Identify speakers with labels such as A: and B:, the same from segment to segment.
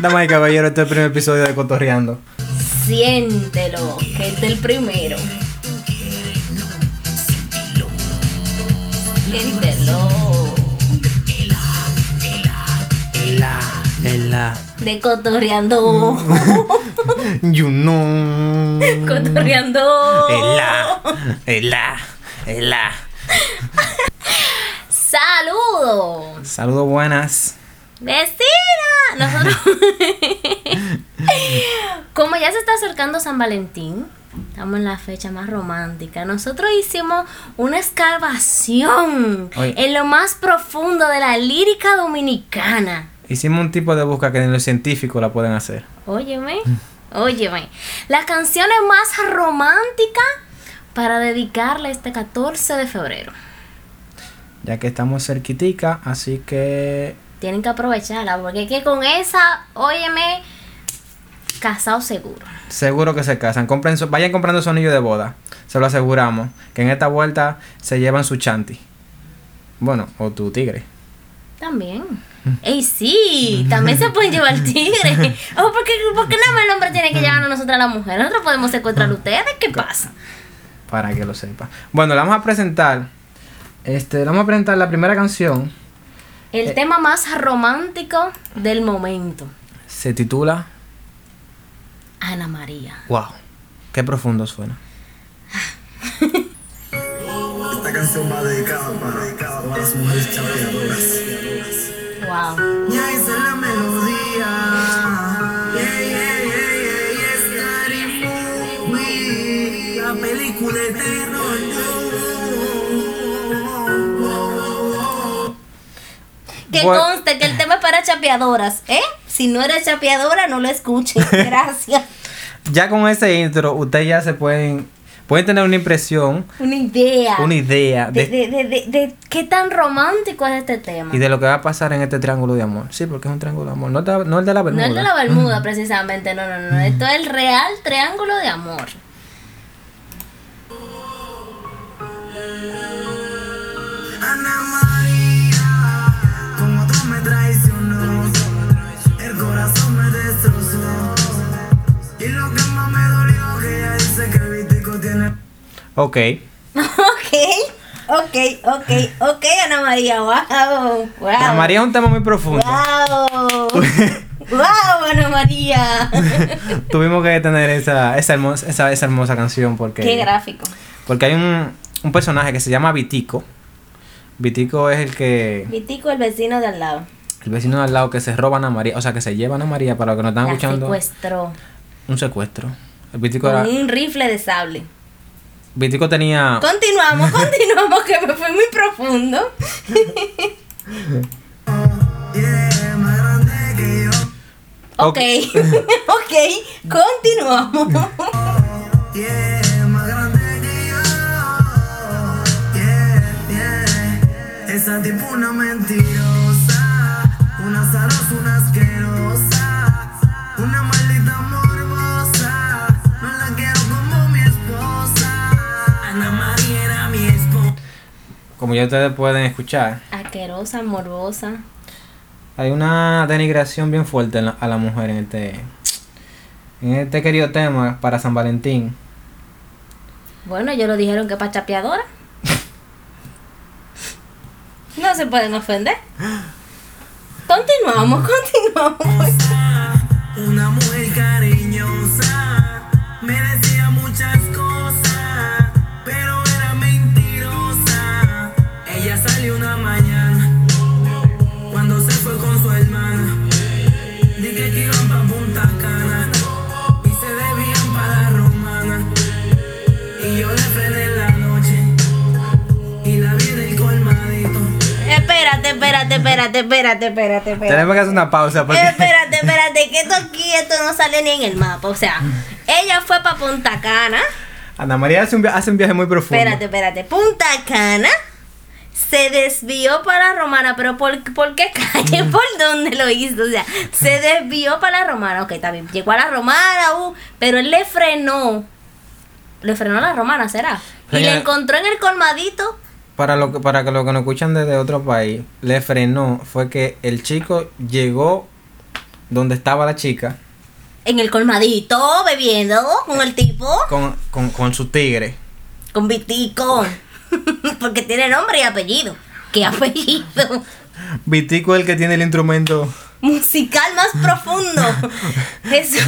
A: Damas y caballeros, este es el primer episodio de Cotorreando.
B: Siéntelo, que es el primero. Siéntelo.
A: Ela,
B: De cotorreando.
A: you know.
B: cotorreando.
A: Ela, ela, ela.
B: Saludos.
A: Saludos buenas.
B: Vecina. Nosotros. Como ya se está acercando San Valentín. Estamos en la fecha más romántica. Nosotros hicimos una excavación
A: Oye.
B: en lo más profundo de la lírica dominicana.
A: Hicimos un tipo de busca que ni los científicos la pueden hacer.
B: Óyeme, óyeme. Las canciones más románticas para dedicarle este 14 de febrero.
A: Ya que estamos cerquitica, así que
B: Tienen que aprovecharla porque es que con esa, óyeme, casado seguro.
A: seguro que se casan. Compren su- vayan comprando su anillo de boda. Se lo aseguramos. Que en esta vuelta se llevan su chanti. Bueno, o tu tigre.
B: También. ¡Ey, sí! También se pueden llevar tigre. Oh, porque, porque nada más el hombre tiene que llevarnos a nosotras las mujeres. Nosotros podemos secuestrar a ustedes. ¿Qué pasa?
A: para que lo sepa. Bueno, le vamos a presentar. Este, le vamos a presentar la primera canción.
B: El tema más romántico del momento.
A: Se titula
B: Ana María.
A: Wow. Qué profundo suena.
C: Esta canción va dedicada para, para las mujeres chapeadoras.
B: Wow.
C: Ya hice la melodía. Yeah, yeah, yeah, yeah, yeah, scary movie. La película de terror.
B: Que
A: Bueno.
B: conste que el tema es para chapeadoras, ¿eh? Si no eres chapeadora, no lo escuches. Gracias.
A: Ya con ese intro, ustedes ya se pueden. Pueden tener una impresión,
B: Una idea.
A: una idea
B: de,
A: de,
B: de, de, de- de qué tan romántico es este tema.
A: y de lo que va a pasar en este triángulo de amor. Sí, porque es un triángulo de amor. No, te- no el de la
B: no
A: Bermuda.
B: es de la Bermuda, precisamente. No, no, no. Esto es el real triángulo de amor.
C: Ana María, con otro me traicionó. El corazón me destrozó. Y lo que más me dolió, que ella dice que Vitico tiene.
A: Ok.
B: ok. Ok, ok, ok, Ana María. Wow. Wow.
A: Ana María es un tema muy profundo.
B: Wow. wow, Ana María.
A: Tuvimos que tener esa, esa, hermosa, esa, esa hermosa canción porque.
B: qué gráfico.
A: Porque hay un, un personaje que se llama Vitico. Vitico es el que.
B: Vitico, el vecino de al lado.
A: El vecino de al lado que se roban a María, o sea, que se llevan a María para los que nos están
B: La
A: escuchando.
B: secuestró.
A: Un secuestro. El Vitico,
B: Con
A: era-
B: un rifle de sable.
A: Vitico tenía.
B: Continuamos, continuamos, que me fue muy profundo.
C: Yeah, más grande que yo.
B: Ok, ok, continuamos.
C: Yeah, más grande que yo. Yeah, yeah. Esa tipo una mentirosa, una zarosa, una asquerosa, una maldita morbosa. No la quiero como mi esposa. Ana María era mi esposa.
A: Como ya ustedes pueden escuchar,
B: Aquerosa, morbosa.
A: hay una denigración bien fuerte en la- a la mujer en este. En este querido tema para San Valentín.
B: Bueno, ellos lo dijeron que para chapeadora. No se pueden ofender. Continuamos, continuamos.
C: Una mujer cariñosa, me decía muchas cosas, pero era mentirosa. Ella salió una mañana, cuando se fue con su hermana. Dije que iban pa' Punta Cana, y se debían para la romana. Y yo le frené en la noche, y la vi del colmadito.
B: Espérate, espérate, espérate, espérate, espérate, espérate.
A: Tenemos que hacer una
B: Eh,
A: pausa porque.
B: Espérate, espérate, que esto aquí, esto no sale ni en el mapa. O sea, ella fue para Punta Cana.
A: Ana María hace un, via- hace un viaje muy profundo.
B: Espérate, espérate. Punta Cana se desvió para Romana, pero ¿por, por qué calle? ¿Por dónde lo hizo? O sea, se desvió para la Romana. Ok, está bien. Llegó a la Romana, uh, pero él le frenó. Le frenó a la Romana, ¿será? Y
A: Señora-
B: le encontró en el colmadito.
A: Para, lo, que- para que los que nos escuchan desde otro país, le frenó. Fue que el chico llegó donde estaba la chica
B: En el colmadito, bebiendo uh, con el tipo,
A: con, con, con su tigre.
B: con Vitico. Porque tiene nombre y apellido. ¿Qué apellido?
A: Vitico es el que tiene el instrumento.
B: Musical más profundo. Jesús.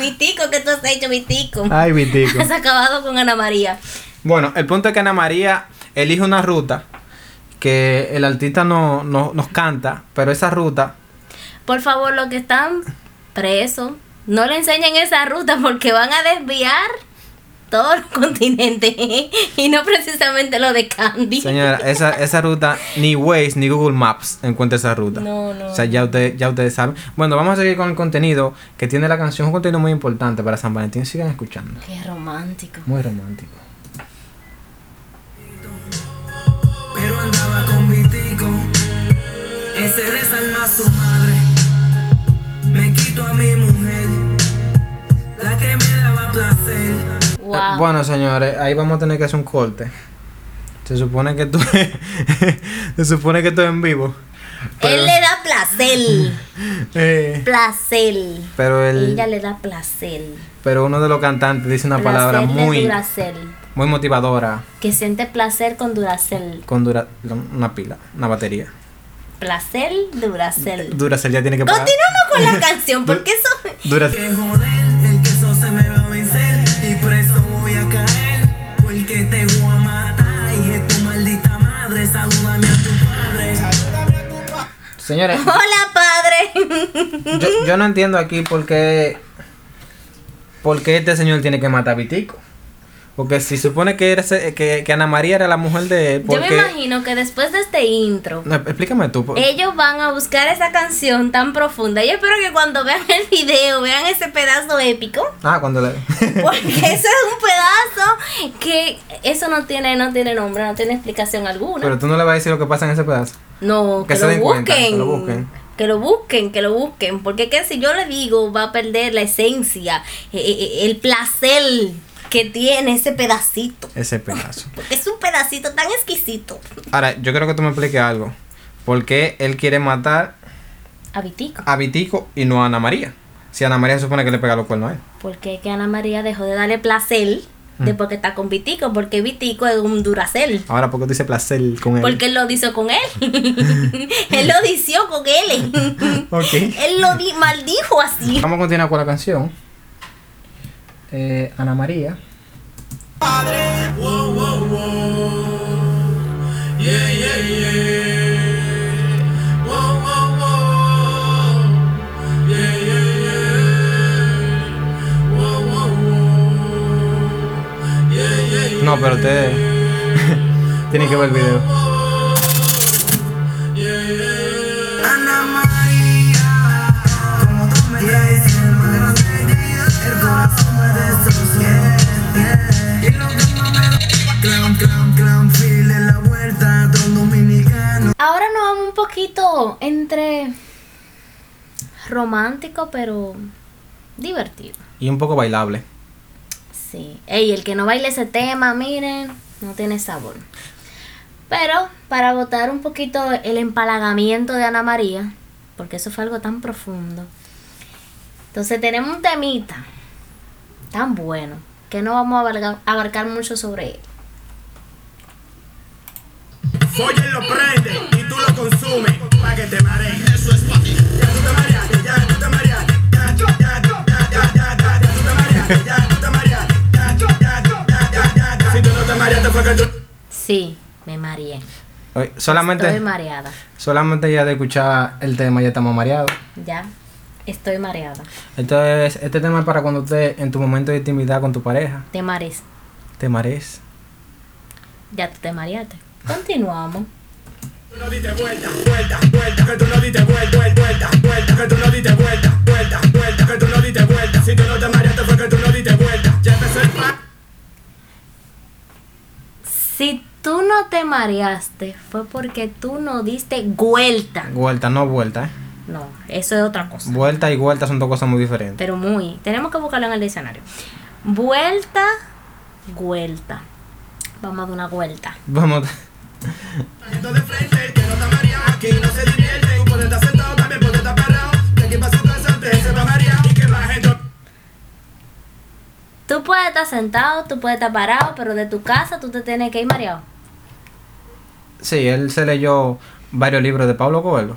B: Vitico, ¿qué tú has hecho, Vitico?
A: Ay, Vitico.
B: Has acabado con Ana María.
A: Bueno, el punto es que Ana María elige una ruta que el artista no, no- nos canta, pero esa ruta,
B: Por favor, los que están presos, no le enseñen esa ruta porque van a desviar todo el continente y no precisamente lo de Candy.
A: señora, esa, esa ruta, ni Waze ni Google Maps encuentra esa ruta.
B: No, no.
A: O sea, ya, usted- ya ustedes saben. Bueno, vamos a seguir con el contenido que tiene la canción, un contenido muy importante para San Valentín. Sigan escuchando.
B: Qué romántico.
A: Muy romántico.
C: pero andaba con Vitico. Ese desalma a su madre. Me quito a mi mujer, la que me daba placer.
B: Wow.
A: Eh, Bueno, señores, ahí vamos a tener que hacer un corte. Se supone que tú. se supone que tú en vivo. Pero,
B: Él le da placer.
A: eh,
B: Placer.
A: pero el,
B: Ella le da placer.
A: pero uno de los cantantes dice una
B: placer
A: palabra
B: de
A: muy,
B: Duracell.
A: muy motivadora
B: Que siente placer con Duracel.
A: con dura, una pila, una batería.
B: Placer, Duracel.
A: Duracell ya tiene que pagar.
B: Continuamos con la canción porque eso.
A: Duracell-
C: Que joder, el queso se me va a vencer. Y preso voy a caer, porque te voy a matar. Y es tu maldita madre, salúdame a tu padre.
A: Señores,
B: Hola, padre.
A: yo, yo no entiendo aquí por qué. por qué este señor tiene que matar a Vitico. Porque si supone que, era ese- que, que Ana María era la mujer de él,
B: Yo me
A: porque-
B: imagino que después de este intro,
A: No, explícame tú. por-
B: ellos van a buscar esa canción tan profunda. Yo espero que cuando vean el video, vean ese pedazo épico.
A: Ah, cuando le...
B: Porque eso es un pedazo que eso no tiene, no tiene nombre, no tiene explicación alguna.
A: Pero tú no le vas a decir lo que pasa en ese pedazo.
B: no,
A: que
B: que,
A: se
B: lo
A: den
B: busquen,
A: cuenta, que lo busquen.
B: Que lo busquen, que lo busquen. Porque es que si yo le digo, va a perder la esencia, eh, eh, el placer que tiene ese pedacito.
A: Ese pedazo.
B: Porque es un pedacito tan exquisito.
A: Ahora, yo creo que tú me expliques algo. ¿Por qué él quiere matar
B: Habitico.
A: a Vitico y no a Ana María? Si Ana María se supone que le pega los cuernos a él.
B: Porque es que Ana María dejó de darle placer
A: Mm.
B: después que está con Vitico, porque Vitico es un duracel.
A: Ahora, ¿por qué tú dices placer con él?
B: Porque él lo hizo con él. él lo dició con él.
A: Ok.
B: él lo di- maldijo así.
A: Vamos a continuar con la canción. Eh, Ana María.
C: Wow, wow, wow. Yeah, yeah, yeah. Wow, wow, wow. Yeah, yeah, yeah. Wow, wow, wow. Yeah, yeah, yeah.
A: No, pero ustedes... Tienen que ver el video.
C: Ana María, como tú me traes el mal el corazón me destroza. Y lo que no me da, clown, clown, clown, feel en la vuelta, don dominicano.
B: Ahora nos vamos un poquito entre romántico, pero divertido.
A: Y un poco bailable.
B: Sí. Ey, el que no baile ese tema, miren, no tiene sabor. Pero para botar un poquito el empalagamiento de Ana María, porque eso fue algo tan profundo. Entonces tenemos un temita tan bueno que no vamos a abarga- abarcar mucho sobre él.
D: Follen lo prende y tú lo consumes pa' que te marees. Eso es pa' ti. Ya tú te mareaste, ya tú te mareaste. Ya, ya, ya, ya, ya, ya, ya, ya tú te mareaste, ya tú te mareaste. Ya, ya, ya, ya, ya, ya, ya. Si tú no te mareaste fue que tú...
B: Sí, me mareé.
A: Oye, Solamente,
B: Estoy mareada.
A: solamente ya de escuchar el tema ya estamos mareados.
B: Ya, estoy mareada.
A: Entonces, este tema es para cuando usted, en tu momento de intimidad con tu pareja,
B: Te marees.
A: te marees.
B: Ya tú te mareaste. Continuamos.
D: Tú no diste vuelta, vuelta, vuelta, que tú no diste vuelta, vuelta, vuelta, vuelta, que tú no diste vuelta, vuelta, vuelta, que tú no diste vuelta. Si tú no te mareaste fue que tú no diste vuelta. Ya empezó el pa-
B: Si tú no te mareaste, fue porque tú no diste vuelta.
A: Vuelta, no vuelta, ¿eh?
B: No, eso es otra cosa.
A: Vuelta y vuelta son dos cosas muy diferentes.
B: Pero muy. Tenemos que buscarlo en el diccionario. Vuelta, vuelta. Vamos a dar una vuelta.
A: Vamos.
D: Yendo de frente, el que no está mareado, aquí no se divierte. Tú puedes estar sentado, también puedes estar parado. Te
B: estar sentado, tú puedes estar parado, pero de tu casa tú te tienes que ir mareado.
A: Sí, él se leyó varios libros de Pablo Coelho.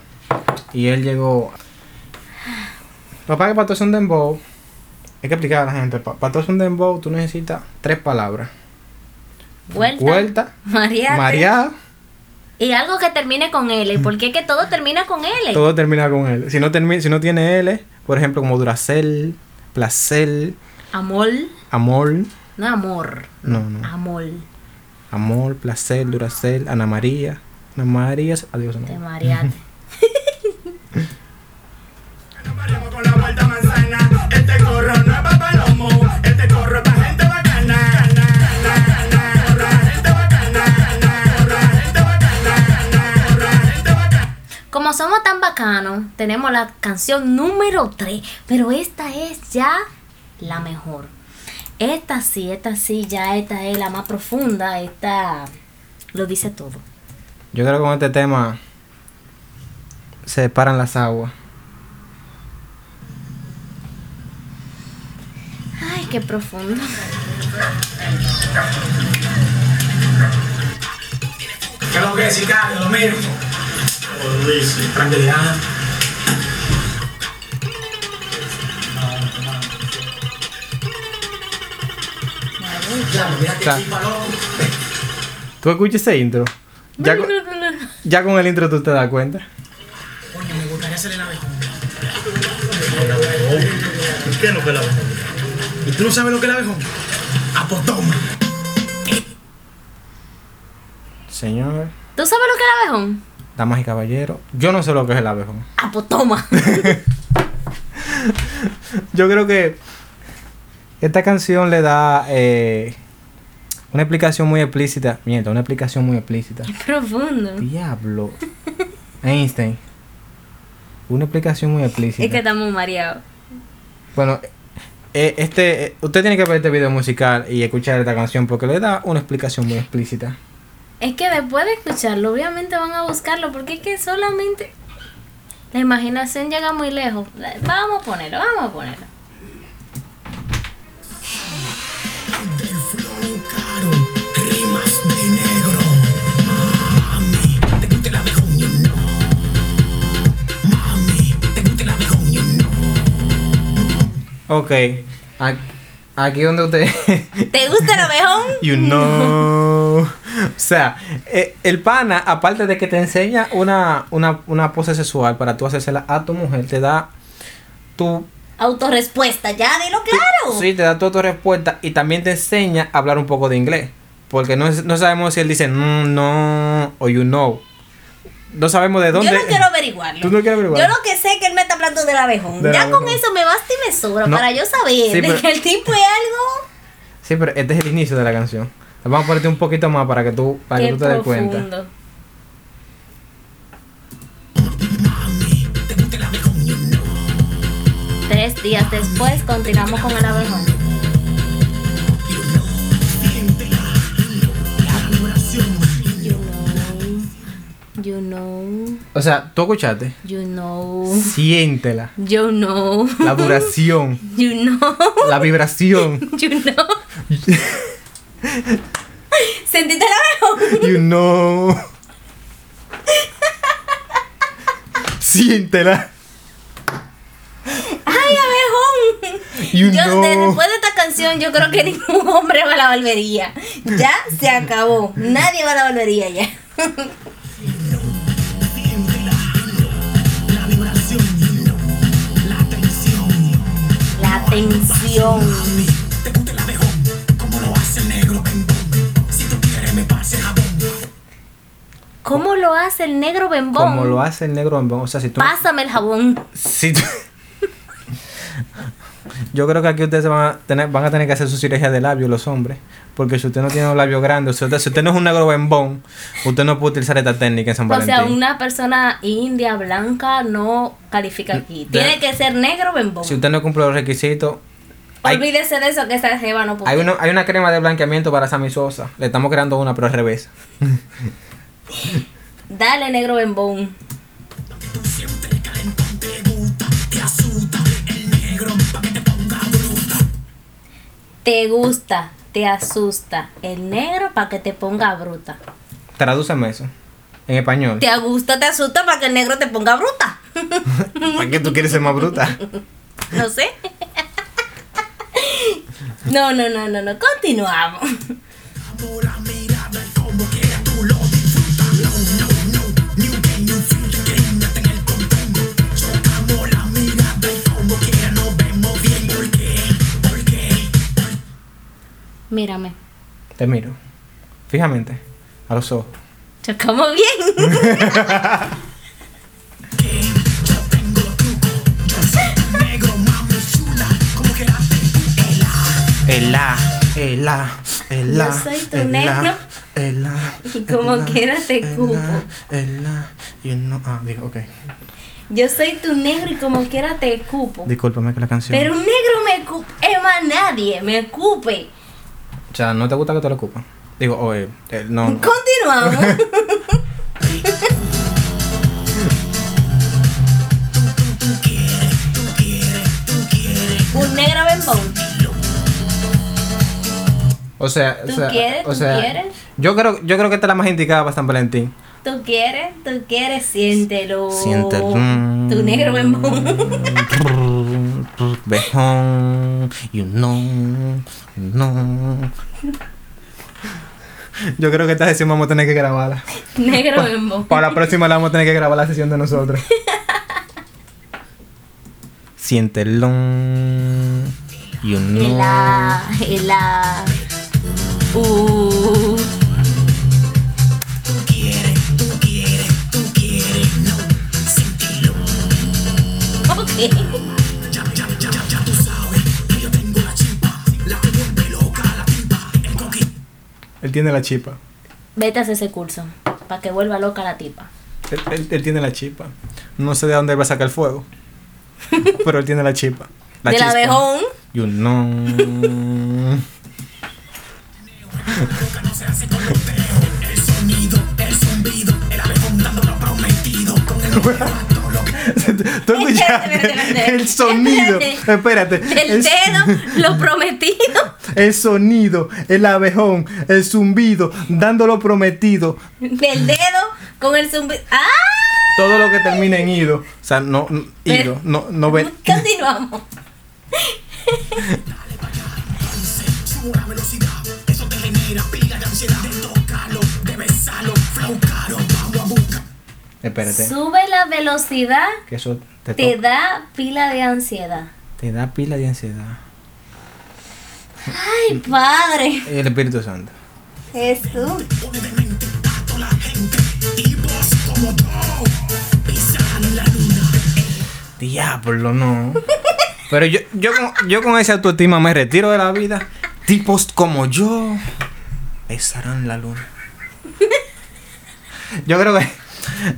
A: Y él llegó. Papá, que para tú hacer un dembow, hay que explicar a la gente: pa- para tú hacer un dembow, tú necesitas tres palabras:
B: Vuelta.
A: vuelta,
B: Mareate.
A: mareada,
B: Y algo que termine con L. ¿Por qué que todo termina con L?
A: todo termina con L. Si no, termi- si no tiene L, por ejemplo, como Duracel, Placer,
B: Amor.
A: Amor,
B: No amor.
A: no, no,
B: Amor.
A: Amor, Placer, Duracel, Ana María, Ana María, adiós,
B: Te
A: no.
B: mareaste.
D: Nos paramos con la vuelta manzana. Este corro no es pa' palomo. Este corro es pa' gente bacana. Cana, cana, cana. Corro a gente bacana. Cana, corro a gente bacana. Cana, corro a gente bacana.
B: Como somos tan bacanos, tenemos la canción número 3, pero esta es ya la mejor. Esta sí, esta sí, ya esta es la más profunda, esta lo dice todo.
A: Yo creo que con este tema se paran las aguas.
B: Ay, qué profundo.
D: ¿Qué es lo que es, Sicario? Lo mismo. Tranquilidad. Ya, mira que
A: Está.
D: chimba, loco.
A: ¿Tú escuchas ese intro? Ya con, ya con el intro tú te das cuenta.
D: Coño, me gustaría hacerle la mejor.
E: ¿Y qué es lo que es la mejor?
D: ¿Y tú no sabes lo que es el abejón? Apotoma.
A: Señor,
B: ¿Tú sabes lo que es el abejón?
A: damas y caballeros, yo no sé lo que es el abejón.
B: Ah, pues toma.
A: Yo creo que esta canción le da eh, una explicación muy explícita. Miento, una explicación muy explícita.
B: profundo.
A: Diablo. Einstein. Una explicación muy explícita.
B: Es que estamos mareados.
A: Bueno, eh, este, eh, usted tiene que ver este video musical y escuchar esta canción porque le da una explicación muy explícita.
B: Es que después de escucharlo, obviamente van a buscarlo, porque es que solamente la imaginación llega muy lejos. La- Vamos a ponerlo, vamos a ponerlo.
D: Del flow caro, rimas de negro. Mami, te gusta el abejón, you know. Mami, te gusta el abejón, you know.
A: Ok. a- Aquí donde usted...
B: ¿Te gusta el abejón?
A: You know. o sea, eh, el pana, aparte de que te enseña una, una, una pose sexual para tú hacérsela a tu mujer, te da tu.
B: Autorespuesta, ya, dilo claro.
A: Sí, te da toda tu respuesta y también te enseña a hablar un poco de inglés. Porque no, es- no sabemos si él dice mm, no o you know. No sabemos de dónde.
B: Yo no quiero averiguarlo.
A: Tú no quieres averiguarlo.
B: Yo lo que sé es que él me está hablando del abejón.
A: Del
B: ya
A: abejón.
B: con eso me basta y me sobra
A: No.
B: para yo saber
A: Sí,
B: de
A: pero-
B: que el tipo es algo
A: Sí, pero este es el inicio de la canción. Vamos a ponerte un poquito más para que tú, para que
B: que
A: tú te des cuenta.
B: profundo. Tres días después continuamos con el abejón. You know, you know,
A: O sea, tú escuchaste.
B: you know,
A: Siéntela.
B: you know,
A: La duración.
B: you know.
A: la vibración.
B: You know. Sentiste la mejor.
A: You know. Siéntela.
B: ¡Ay, abejón!
A: You
B: yo,
A: know.
B: de- después de esta canción, yo creo que ningún hombre va a la barbería. Ya se acabó. Nadie va a la barbería ya. La tensión. ¿Cómo lo hace el negro bembón?
A: Como lo hace el negro bombón. O sea, si tú.
B: Pásame el jabón.
A: si tú- Yo creo que aquí ustedes se van a tener, van a tener que hacer su cirugía de labios, los hombres. Porque si usted no tiene un labio grande, o sea, si usted no es un negro bembón, usted no puede utilizar esta técnica en San
B: O
A: Valentín.
B: sea, una persona india, blanca, no califica aquí.
A: De-
B: Tiene que ser negro bembón.
A: Si usted no cumple los requisitos, hay,
B: Olvídese de eso que esa jeva no puede.
A: hay, uno- hay una crema de blanqueamiento para Sammy Sosa. Le estamos creando una, pero al revés.
B: Dale negro bembón. te gusta, te asusta el negro para que te ponga bruta.
A: Tradúceme eso. En español.
B: Te gusta, te asusta para que el negro te ponga bruta.
A: ¿Para qué tú quieres ser más bruta?
B: No sé. No, no, no, no, no. Continuamos. Mírame.
A: Te miro. Fijamente. A los ojos.
B: Chocamos bien.
A: El la, el la, el la.
B: Yo soy tu
A: el la,
B: negro.
A: El la.
B: Y como
A: el la,
B: quiera te
A: el
B: cupo.
A: la, El la. Y no. Ah, digo, ok.
B: Yo soy tu negro y como quiera te cupo.
A: Discúlpame que la canción.
B: Pero un negro me cupe. Emma, nadie me cupe.
A: O sea, ¿no te gusta que te lo ocupen? Digo, oye, eh, no.
B: Continuamos. un negro bembón.
A: O sea,
B: ¿Tú
A: o sea,
B: quieres?
A: o
B: ¿Tú
A: sea,
B: quieres?
A: Yo creo, yo creo que esta es la más indicada para San Valentín.
B: Tú quieres, tú quieres, siéntelo.
A: Siéntelo. Mm.
B: Tu negro bembón.
A: Bejón, you know, you know. Yo creo que esta sesión vamos a tener que grabarla.
B: negro bembón.
A: Para la próxima la vamos a tener que grabar la sesión de nosotros. Siéntelo. You know.
B: Ela, ela. Uh. Ok.
A: Él tiene la chipa.
B: Vete a hacer ese curso para que vuelva loca la tipa.
A: Él, él- él tiene la chipa. No sé de dónde va a sacar el fuego. pero él tiene la chipa.
B: De la
A: chispa.
B: abejón.
A: You know. ¿Tú
B: Espérate,
A: escuchaste?
B: espérate.
A: El sonido.
B: Espérate.
A: Espérate.
B: El
A: el-
B: dedo, lo prometido.
A: El sonido, el abejón, el zumbido, dando lo prometido.
B: Del dedo con el zumbido. ¡Ah!
A: Todo lo que termina en ido. O sea, no, no- ido, no, no ven.
B: Continuamos.
A: Espérate,
B: Sube la velocidad,
A: que eso te,
B: te
A: toca.
B: da pila de ansiedad.
A: te da pila de ansiedad.
B: Ay,
A: Mm.
B: padre.
A: El Espíritu Santo.
B: Jesús.
A: Diablo, no. Pero yo, yo, con, yo con esa autoestima me retiro de la vida. Tipos como yo besarán la luna. Yo creo que,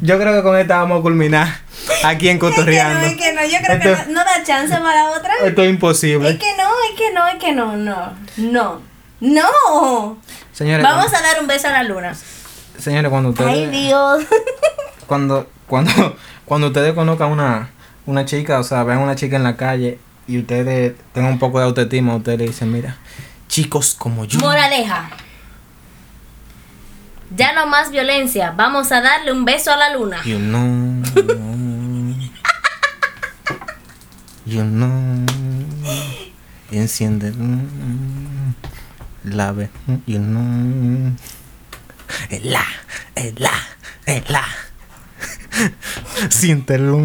A: yo creo que con esta vamos a culminar aquí en Cotorreando.
B: Es que no, es que Eh, no, yo creo
A: Esto-
B: que no, no da chance para otra.
A: Esto es
B: Es
A: imposible.
B: que no, es que no, es que no, no, no, no.
A: Señores,
B: Vamos a dar un beso a la luna.
A: cuando- señores, cuando
B: Ay,
A: ustedes,
B: Dios.
A: cuando, cuando, cuando ustedes conozcan una, una chica, o sea, vean una chica en la calle y ustedes tengan un poco de autoestima, ustedes le dicen, mira, chicos como yo.
B: Moraleja. Ya no más violencia. Vamos a darle un beso a la luna.
A: You know. You know. Enciende. La ve. You know. El la. El la. El la. Siéntelo.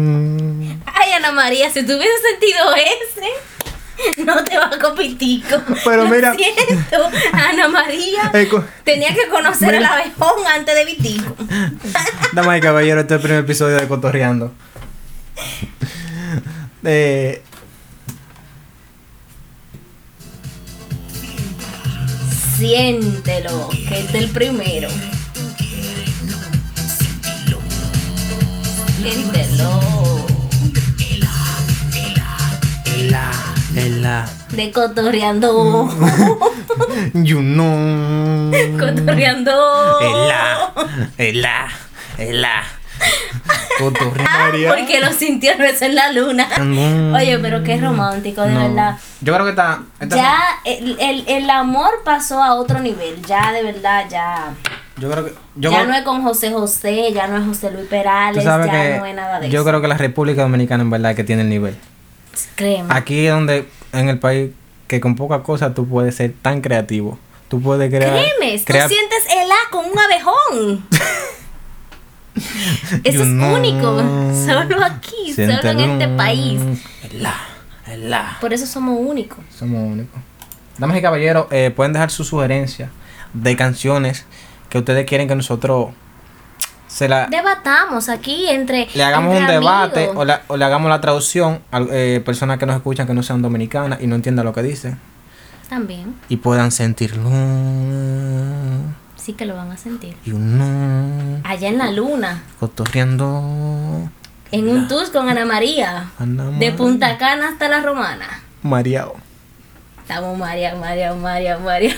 B: Ay, Ana María, si tuviese sentido ese, no te va compitico.
A: Pero
B: Lo
A: mira-
B: siento, Ana María.
A: Eh, co-
B: Tenía que conocer
A: Mira.
B: al abejón antes de Vitico.
A: Damas y caballeros, este es el primer episodio de Cotorreando. Eh,
B: Siéntelo, que es el primero. Siéntelo.
A: el la. El la.
B: De cotorreando.
A: Mm. You know.
B: cotorreando.
A: El la, el la, el la.
B: Ah,
A: Cotorrearía.
B: porque lo sintió eso en la luna.
A: Mm.
B: Oye, pero qué romántico, de
A: No.
B: verdad.
A: Yo creo que está. está-
B: Ya el, el- el amor pasó a otro nivel, ya de verdad, ya.
A: Yo creo que. Yo
B: ya
A: creo-
B: no es con José José, ya no es José Luis
A: tú
B: Perales, ya
A: sabes que
B: no es nada de
A: yo
B: eso.
A: creo que la República Dominicana en verdad que tiene el nivel.
B: Créeme.
A: Aquí es donde, en el país, que con poca cosa tú puedes ser tan creativo. Tú puedes crear.
B: Créeme,
A: crear-
B: tú sientes el A con un abejón. Eso
A: Yo
B: es
A: no
B: único, solo aquí,
A: siento
B: solo en este
A: el-
B: país.
A: El la, el la.
B: Por eso somos únicos.
A: Somos únicos. Damas y caballeros, eh, pueden dejar sus sugerencias de canciones que ustedes quieren que nosotros se la.
B: Debatamos aquí entre.
A: le hagamos un
B: entre
A: debate
B: amigos.
A: o, la- o le hagamos la traducción a eh, personas que nos escuchan que no sean dominicanas y no entiendan lo que dicen
B: También,
A: y puedan sentirlo
B: sí que lo van a sentir.
A: y uno
B: Allá en la luna,
A: cotorreando
B: en un tour con Ana María,
A: Ana
B: de
A: María.
B: Punta Cana hasta la Romana.
A: mareado.
B: Estamos María, María, María, María.